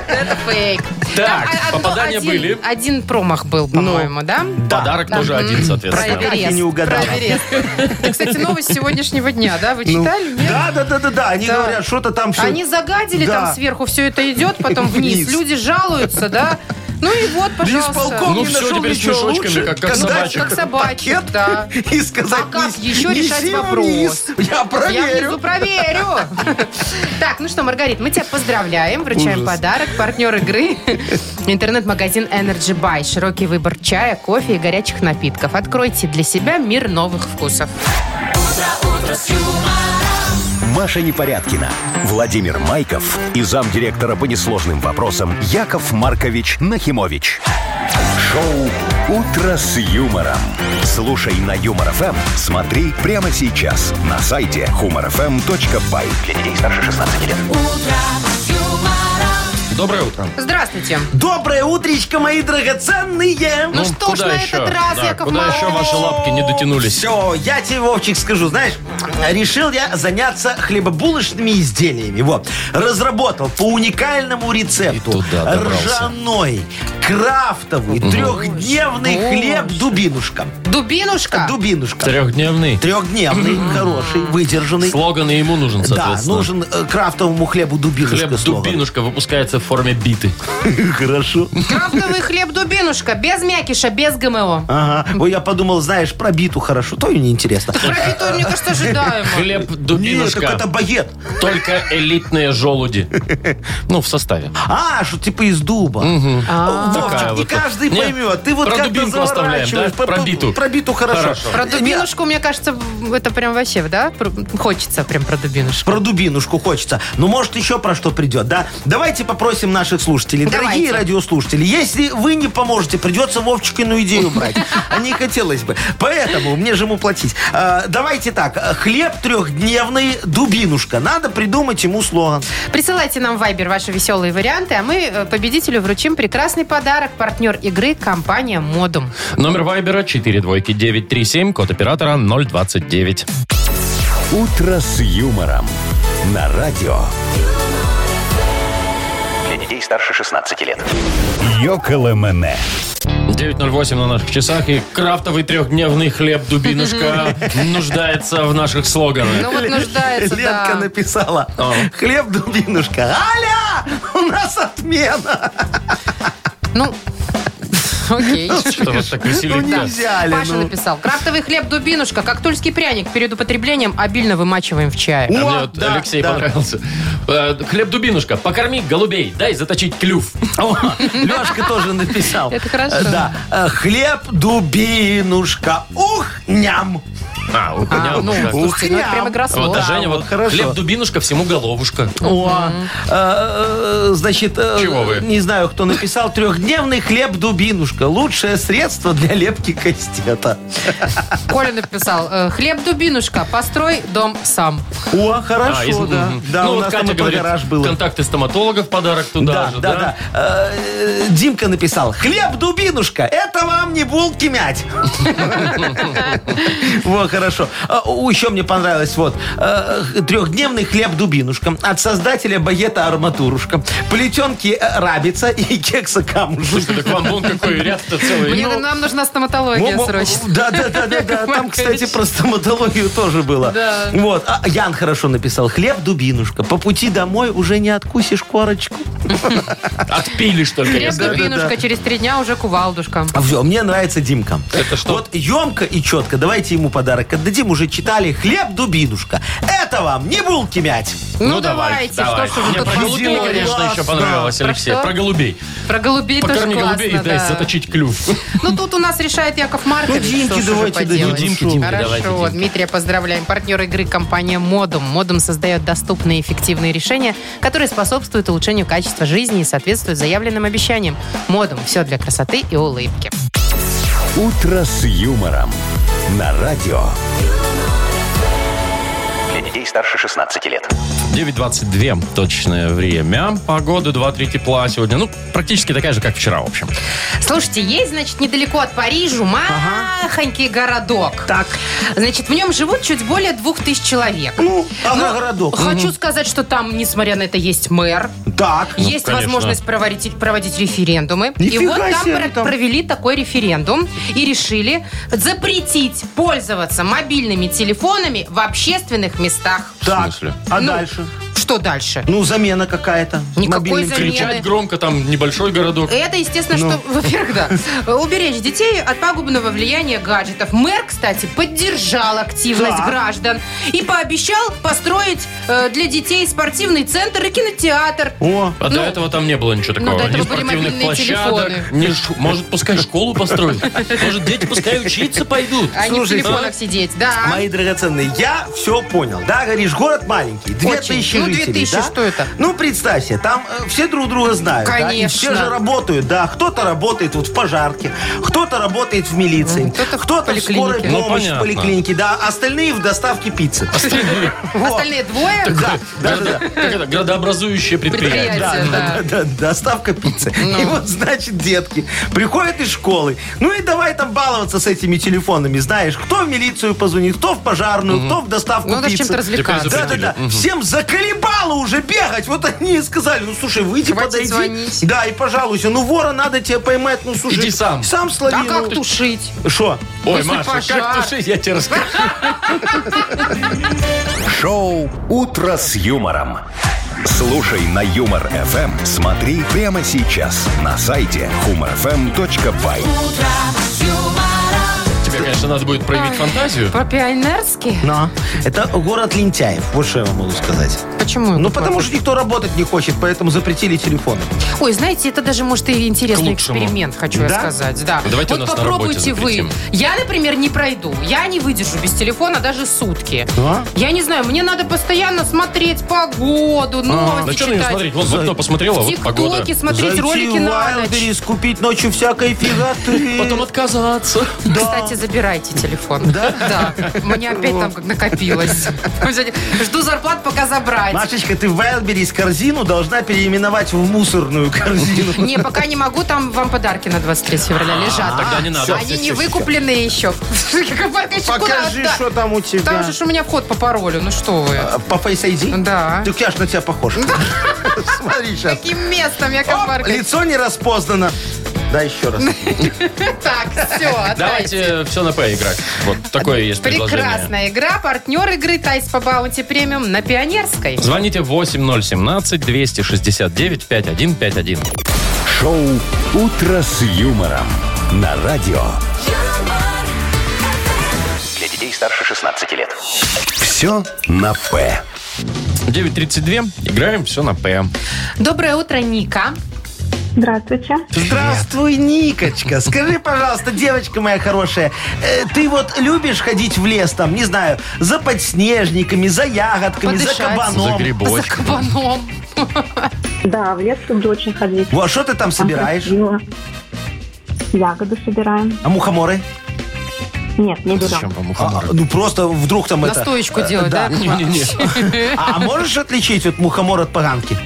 Это фейк. Так, Там, а, одно- попадания один- были. Один промах был, по-моему, да? Подарок тоже один, соответственно. Про Эверест. не угадала. Про Эверест. Ты, кстати, новость сегодняшнего дня, да? Ну. Вы читали? Нет? Ну, Да, да, да, да, да. Они Да. говорят, что-то там все. Они загадили, Да. там сверху все это идет, потом вниз. Вниз. Люди жалуются, да? Ну и вот, Исполком пожалуйста. Ну, Ну не всё, нашел теперь с ничего мешочками, лучше, как- как дать собачек. Как собачек, пакет да. и сказать, А как «Нес- еще неси решать его вопрос? вниз, Я Я внизу проверю. проверю. Так, ну что, Маргарит, мы тебя поздравляем, вручаем подарок. Партнер игры – интернет-магазин Energy Buy. Широкий выбор чая, кофе и горячих напитков. Откройте для себя мир новых вкусов. Маша Непорядкина, Владимир Майков и замдиректора по несложным вопросам Яков Маркович Нахимович. Шоу «Утро с юмором». Слушай на Юмор ФМ, смотри прямо сейчас на сайте humorfm.by. Для детей старше 16 лет. Доброе утро. Здравствуйте. Доброе утречко, мои драгоценные. Ну, что ж куда на еще? этот раз, Да, Яков куда Маркович? еще ваши лапки не дотянулись? Все, я тебе, Вовчик, скажу, знаешь, решил я заняться хлебобулочными изделиями. Вот. Разработал по уникальному И рецепту туда добрался. ржаной, крафтовый, трехдневный хлеб-дубинушка. Дубинушка. Дубинушка. Трехдневный. Трехдневный, хороший, выдержанный. Слоган и ему нужен, Да, соответственно. нужен э, крафтовому хлебу дубинушка. слоган. Хлеб-дубинушка выпускается в форме биты. Хорошо. Крафтовый хлеб-дубинушка. Без мякиша, без ГМО. Ага. Ой, я подумал, знаешь, про биту хорошо, то и неинтересно. Пропитую, мне кажется, ожидаемо. Нет, так это Хлеб-дубинушка. багет. Только элитные желуди. Ну, в составе. А, что типа из дуба. Такая Вовчик, не А, вот. каждый Не, поймет. Ты вот про как-то дубинку оставляем, заворачиваешь. да? Про биту. Про биту Хорошо. хорошо. Про Не, дубинушку, мне кажется, это прям вообще, да? Про- Хочется прям про дубинушку. Про дубинушку хочется. Ну, может, еще про что придет, да? Давайте попросим наших слушателей. Дорогие Давайте. радиослушатели, если вы не поможете, придется Вовчикину идею брать. А не хотелось бы. Поэтому мне же ему платить. А, Давайте так. Хлеб трехдневный, дубинушка. Надо придумать ему слоган. Присылайте нам в Viber ваши веселые варианты, а мы э, победителю вручим прекрасный подарок. Партнер игры – компания «Модум». Номер вайбера 42937, код оператора 029. «Утро с юмором» на радио Для детей старше 16 лет. «Йоколэмэне». 9.08 на наших часах, и крафтовый трехдневный хлеб-дубинушка нуждается в наших слоганах. Ну вот нуждается, Ленка да. написала. А. Хлеб дубинушка. Аля! У нас отмена. Ну, окей. Что вас так Ну веселит? да? нельзя, Аля. Паша ну. написал. Крафтовый хлеб «Дубинушка», как тульский пряник, перед употреблением обильно вымачиваем в чае. А О, Мне вот Ну, да, Алексей да. понравился. Э, Хлеб-дубинушка, покорми голубей, дай заточить клюв. Лешка тоже написал. Это хорошо. Э, Да. Э, Хлеб дубинушка. Ух, ням. А, у меня А, ну, вот так. слушайте, ну это прям игра слов. Вот, а Женя, вот вот, хорошо. хлеб-дубинушка, всему головушка. О, э, э, значит, э, Чего вы? не знаю, кто написал, трехдневный хлеб-дубинушка. Лучшее средство для лепки кастета. Коля написал, э, хлеб-дубинушка, построй дом сам. О, хорошо, А, из- да. мгм. Да, ну, у вот нас Катя там и говорит, гараж был. контакты стоматологов подарок туда Да, же, да, да. Э, Димка написал, хлеб-дубинушка, это вам не булки мять. Вот, хорошо. А, у- Еще мне понравилось, вот, э, трехдневный хлеб-дубинушка от создателя багета арматурушка, плетенки э, рабица и кекса камушек. Слушай, так вам вон какой ряд-то целый. Мне Ну, нам нужна Во- стоматология во- срочно. Да, да, да, да, да. Там, кстати, про стоматологию тоже было. Да. Вот. А, Ян хорошо написал. Хлеб дубинушка. По пути домой уже не откусишь корочку. Отпилишь только. если. Хлеб-дубинушка, через три дня уже кувалдушка. А всё, мне нравится Димка. Это что? Вот емко и четко. Давайте ему подарок отдадим. Уже читали. Хлеб дубинушка. Это вам не булки мять. Ну, давайте, что давай. ж вы Мне тут про голубей, подготовили? конечно, еще понравилось, Про Алексей. что? Про голубей. Про голубей тоже Покорми классно, голубей и дай да. заточить клюв. Ну, тут у нас решает Яков Маркович. Ну, Димке что ж уже давайте дадим, поделать. ну, Димке, Димке Хорошо, давайте, Димке. Дмитрия поздравляем. Партнер игры компания «Модум». «Модум» создает доступные и эффективные решения, которые способствуют улучшению качества жизни и соответствуют заявленным обещаниям. «Модум» – все для красоты и улыбки. «Утро с юмором» на радио. Для детей старше 16 лет. 9.22 точное время. Погода 2-3 тепла сегодня. Ну, практически такая же, как вчера, в общем. Слушайте, есть, значит, недалеко от Парижа махонький городок. Так. Значит, в нем живут чуть более двух тысяч человек. Ну, ага, Ну, городок. Хочу сказать, что там, несмотря на это, есть мэр, Так. Ну, Есть конечно. возможность проводить, проводить референдумы. и Нифига вот там, себе про- там. провели такой референдум и решили запретить пользоваться мобильными телефонами в общественных местах. Так. смысле? А Ну. дальше? Что дальше? Ну, замена какая-то. Никакой Мобильным. замены. Кричать громко, там небольшой городок. Это, естественно, Ну. что, во-первых, да, уберечь детей от пагубного влияния гаджетов. Мэр, кстати, поддержал активность Так. граждан и пообещал построить э, для детей спортивный центр и кинотеатр. О, А Ну, до этого там не было ничего ну, такого. до этого ни были спортивных мобильные площадок, телефоны. ни ш- может, пускай школу построят. Может, дети пускай учиться пойдут. А не в Слушайте, телефонах сидеть, да. Мои драгоценные, я все понял. Да, говоришь, город маленький, две Очень. тысячи Ну, две жителей. тысячи, да? что это? Ну, представь себе, там э, все друг друга знают. да, и Конечно. все же работают, да. Кто-то работает вот в пожарке, кто-то работает в милиции, кто-то кто-то, в в, скорой поликлинике. Ну, помощи, понятно. в поликлинике, да. Остальные в доставке пиццы. Вот. Остальные двое? Да, да, да, да. Как это, Градообразующее предприятие. Предприятие. Да, Пицца, да, да, да, доставка пиццы. Ну. И вот, значит, детки приходят из школы. Ну и давай там баловаться с этими телефонами. Знаешь, кто в милицию позвонит, кто в пожарную, кто в доставку Ну, надо пиццы. с чем-то развлекаться. Теперь Да, да, да. Всем заколебало уже бегать. Вот они и сказали, ну слушай, выйди, Хватит подойди. звонить. Да, и пожалуйста. Ну вора надо тебе поймать, ну слушай. Иди сам. Сам слови. А как ну. тушить? Шо? Ой, После Маша, пожара. как тушить, я тебе расскажу. Шоу «Утро с юмором». Слушай на Юмор ФМ. Смотри прямо сейчас на сайте humorfm.by. Тебе, конечно, надо будет проявить фантазию. Про пионерский? Но. Это город лентяев. Вот что я вам могу сказать. Почему? Ну, потому что никто работать не хочет, поэтому запретили телефоны. Ой, знаете, это даже, может, и К интересный лучшему. эксперимент, хочу я Да? сказать. Да. Давайте у вот нас на попробуйте работе вы. запретим. Я, например, не пройду. Я не выдержу без телефона даже сутки. Ну, а? Да? Я не знаю, мне надо постоянно смотреть погоду, новости На что А, на нее читать. смотреть? Вот в окно посмотрела, в вот погода. ТикТоке смотреть Зайти ролики на в ночь. Wildberries, купить ночью всякой фигаты. Потом отказаться. Кстати, забирайте телефон. Да? Да. Мне опять там как накопилось. Жду зарплат, пока забрать. Машечка, ты в Wildberries корзину должна переименовать в мусорную корзину. Не, пока не могу, там вам подарки на 23 февраля лежат. А, тогда не надо. Они не выкупленные еще. Яков Маркович, куда Покажи, отда- что там у тебя. Там же ж у меня вход по паролю, ну что вы. А, По Face ID? Да. Так я ж на тебя похож. Смотри сейчас. Таким местом, Яков Маркович. Лицо не распознано. Да, еще раз. Так, все, Давайте все на П играть. Вот такое есть предложение. Прекрасная игра. Партнер игры Тайс по Баунти Премиум на Пионерской. Звоните 8017-269-5151. Шоу «Утро с юмором» на радио. Для детей старше 16 лет. Все на «П». 9.32. Играем все на П. Доброе утро, Ника. Здравствуйте. Здравствуй, Никочка. Скажи, пожалуйста, девочка моя хорошая, э, ты вот любишь ходить в лес там, не знаю, за подснежниками, за ягодками, Подышать. за кабаном? За За грибочком. кабаном. Да, в лес люблю очень ходить. Во, а что ты там Там собираешь? красиво. Ягоды собираем. А мухоморы? Нет, не берем. Зачем вам А, мухоморы? ну просто вдруг там это... э, Настоечку делать, да? э, Не-не-не. А можешь отличить вот мухомор от поганки?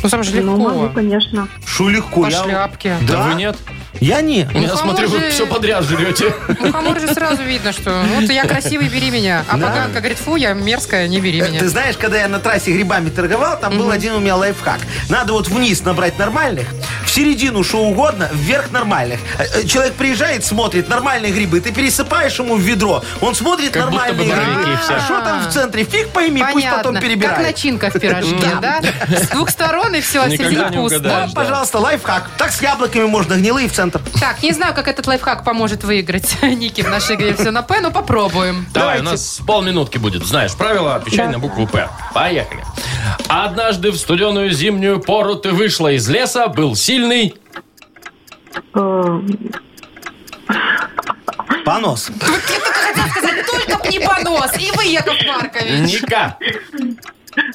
Ну, там же Ну, легко. могу, конечно. Шу легко. По я- шляпке. Ну, Да Да? вы нет? Я не. Я Мухомор смотрю, вы же- все подряд жрете. Мухомор же сразу видно, что вот я красивый, бери меня. А поганка говорит, фу, я мерзкая, не бери Э, Ты меня. знаешь, когда я на трассе грибами торговал, там был один у меня лайфхак. Надо вот вниз набрать нормальных, в середину что угодно, вверх нормальных. Э, э, Человек приезжает, смотрит, нормальные грибы, ты пересыпаешь ему в ведро, он смотрит Как будто нормальные бы грибы. боровики все. А что там в центре? Фиг пойми, пусть Понятно. потом Как перебирает. Э, начинка в пирожке, да? С двух сторон и все, а в Никогда середине не пусто. угадаешь. Вот, пожалуйста, лайфхак. Так с яблоками можно гнилые в центр. Так, не знаю, как этот лайфхак поможет выиграть Ники в нашей игре «Все на П», но попробуем. Давай, у нас полминутки будет. Знаешь правила, отвечай на букву «П». Поехали. Однажды в студеную зимнюю пору ты вышла из леса, был сильный... Э, Понос. Я только хотела сказать, только б не понос. И вы, Яков Маркович. Ника.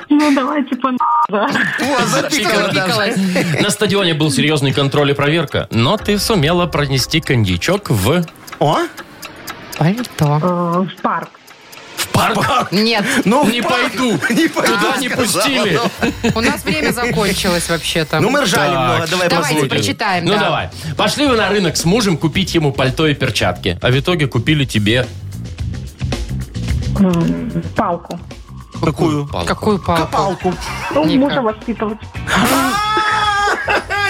Ну, давайте по да. О, а запикало Что даже. запикалась? На стадионе был серьезный контроль и проверка, но ты сумела пронести коньячок в... О, Пальто. Э, В парк. В парк. Нет, ну, Не пойду. не пойду, Туда не сказала. пустили. у нас время закончилось вообще-то. Ну, мы ржали Так. много, давай Давайте посмотрим. прочитаем. Ну да. давай. Пошли вы на рынок с мужем купить ему пальто и перчатки. А в итоге купили тебе... М, Палку. Какую? Какую палку? Палку. Ну, Ника. мужа воспитывать. А,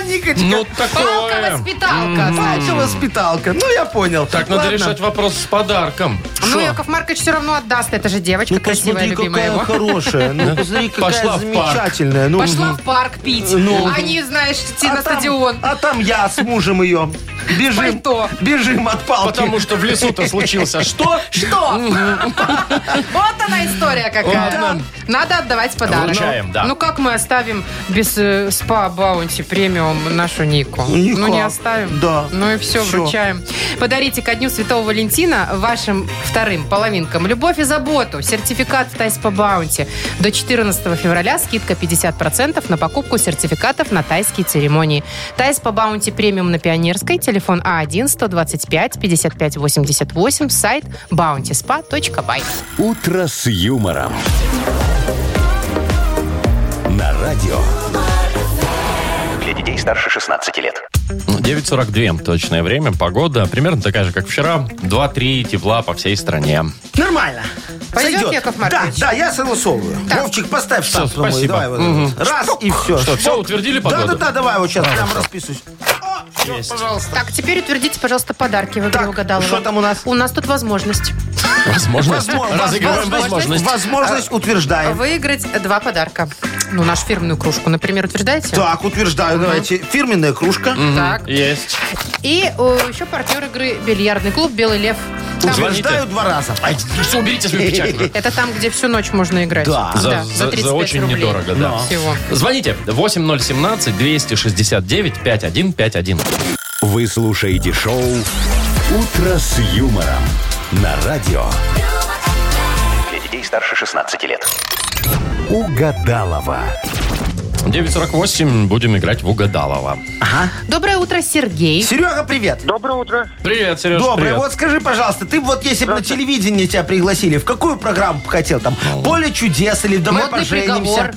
Никочка. Ну, такое. Палка-воспиталка. Пальчо А воспиталка. Ну, я понял. Так, надо Ладно. решать вопрос с подарком. Ну, Яков Маркович все равно отдаст. Это же девочка Ну, красивая, посмотри, любимая какая его. хорошая. Ну, посмотри, какая Пошла в замечательная. Ну, Пошла в парк пить, Ну. а не, знаешь, идти а на там- стадион. А там я с мужем ее. Бежим. Пальто. Бежим от палки. Потому что в лесу-то случился что? Что? Вот она история какая. Ладно. Надо отдавать подарок. Вручаем, да. Ну как мы оставим без э, спа баунти премиум нашу Нику? Никак. Ну не оставим. Да. Ну и все, Всё. вручаем. Подарите ко дню Святого Валентина вашим вторым половинкам любовь и заботу. Сертификат в Тайс по баунти. До 14 февраля скидка 50% на покупку сертификатов на тайские церемонии. Тайс по баунти премиум на Пионерской. Телефон А А1-125-55-88. Сайт bountyspa.by. «Утро с юмором». На радио. Для детей старше 16 лет. Ну, 9.42 точное время, погода примерно такая же, как вчера. 2-3 тепла по всей стране. Нормально. Пойдет, Сойдет. Яков Маркович? Да, да, я согласовываю. Вовчик, поставь штамп на мой. спасибо. Давай вот это вот. Раз и все. Что, всё, утвердили погоду? Да, да, да, давай вот сейчас прям расписываюсь. Пожалуйста. Так, теперь утвердите, пожалуйста, подарки в игре Так, угадалова. что там у нас? У нас тут возможность Возможность. Возможно- Разыгрываем возможность. Возможность А утверждаем. выиграть два подарка. Ну, нашу фирменную кружку, например, утверждаете? Так, утверждаю, давайте. Фирменная кружка. Так. Есть. И э, еще партнер игры «Бильярдный клуб «Белый лев». Там- Звоните. Утверждаю два раза. Ай, все, уберите свою печать. уже. это там, где всю ночь можно играть. Да. За, за- за 35 очень рублей. недорого, да. Всего. Звоните 8017-269-5151. Вы слушаете шоу «Утро с юмором». На радио. Для детей старше 16 лет. Угадалова. 948. Будем играть в Угадалова. Доброе утро, Сергей. Серега, привет. Доброе утро. Привет, Сереж. Доброе. привет. Вот скажи, пожалуйста, ты вот если бы на телевидении тебя пригласили, в какую программу бы хотел там? Поле чудес или давай Ну. Модный поженимся? приговор.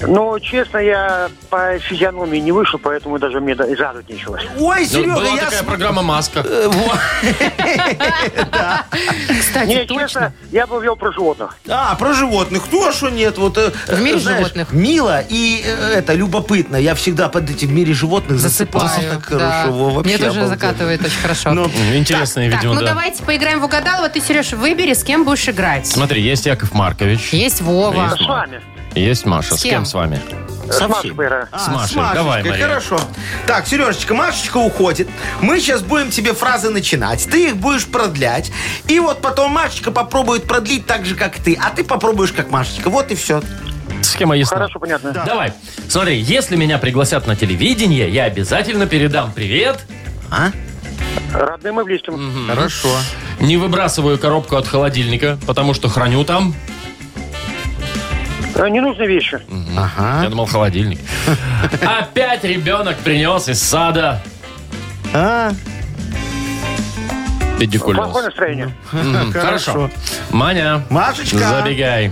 Ну, честно, я по физиономии не вышел, поэтому даже мне да- и радовать нечего. Ой, Ну, Серега, была я такая с- программа «Маска». э, во. Кстати, Не, точно. честно, я бы вел про животных. А, про животных. Ну, а что нет? Вот, э, В мире знаешь, животных. Мило и э, это любопытно. Я всегда под эти в мире животных засыпаю. Засыпаю. Так да. хорошо. во, вообще Мне тоже обалденно. закатывает очень хорошо. Ну, М, Интересное, так, видимо, ну да. давайте поиграем в угадалово. Ты, Сереж, выбери, с кем будешь играть. Смотри, есть Яков Маркович. Есть Вова. Есть. С вами. Есть Маша. С С кем? кем с вами? С Машей всеми. поиграю. А, С Машей. Давай, Мария. Хорошо. Так, Сережечка, Машечка уходит. Мы сейчас будем тебе фразы начинать. Ты их будешь продлять. И вот потом Машечка попробует продлить так же, как ты. А ты попробуешь, как Машечка. Вот и все. С схема ясна? Хорошо, понятно. Давай. Смотри, если меня пригласят на телевидение, я обязательно передам привет. А? Родным и близким. Хорошо. Не выбрасываю коробку от холодильника, потому что храню там. Э, Ненужные вещи. Я Ага. думал, холодильник. Опять ребенок принес из сада А, Плохое педикулез. настроение. Мгм, Хорошо. Маня, Машечка. забегай.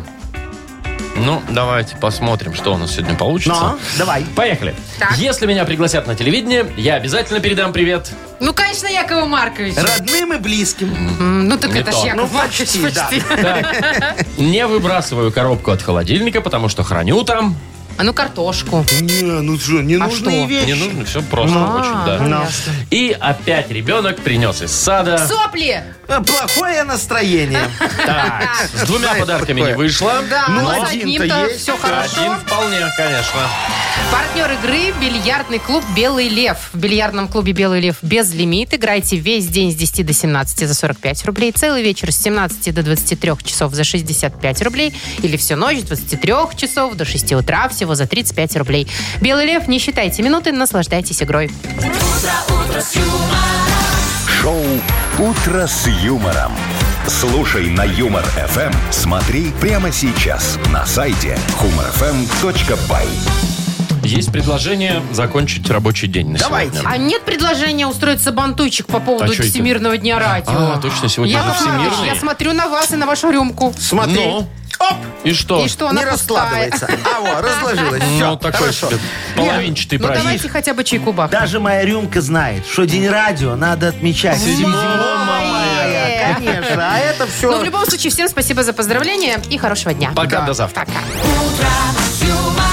Ну, давайте посмотрим, что у нас сегодня получится. Ну, давай. Поехали. Так. Если меня пригласят на телевидение, я обязательно передам привет. Ну, конечно, Якову Марковичу. Родным и близким. М, Ну, так Не это ж то. Яков Ну, Маркович почти, почти. Так. Не выбрасываю коробку от холодильника, потому что храню там. А ну, картошку. Не, ну что, ненужные что? А Не нужно, все просто А, очень, ну, да. ясно. И опять ребенок принес из сада. Сопли! Э, Плохое настроение. Так, с двумя Знаешь, подарками такое. не вышло. Да, Ну, у нас с один-то одним-то есть. все Один хорошо. вполне, конечно. Партнер игры – бильярдный клуб «Белый лев». В бильярдном клубе «Белый лев» без лимит. Играйте весь день с 10 до 17 за 45 рублей, целый вечер с 17 до 23 часов за 65 рублей или всю ночь с 23 часов до 6 утра всего за 35 рублей. «Белый лев», не считайте минуты, наслаждайтесь игрой. Шоу «Утро с юмором». Слушай на Юмор ФМ. Смотри прямо сейчас на сайте humorfm.by. Есть предложение закончить рабочий день на Давайте. сегодня. А нет предложения устроиться бантуйчик по А поводу чё это? Всемирного дня радио? А, точно, сегодня же Яков Маркович, всемирный. я смотрю на вас и на вашу рюмку. Ну, Смотри. Ну, Оп! и что? И что, она Не пустая. Ну, раскладывается. А, вот, разложилась. Все, Ну, такой хорошо. себе половинчатый Ну, праздник. давайте хотя бы чайку бахнем. Даже моя рюмка знает, что День радио надо отмечать. Седьмого мая, Конечно, а это Но Ну, в все... любом случае, всем спасибо за поздравления и хорошего дня. Пока, до завтра. Пока. Утро с юмором.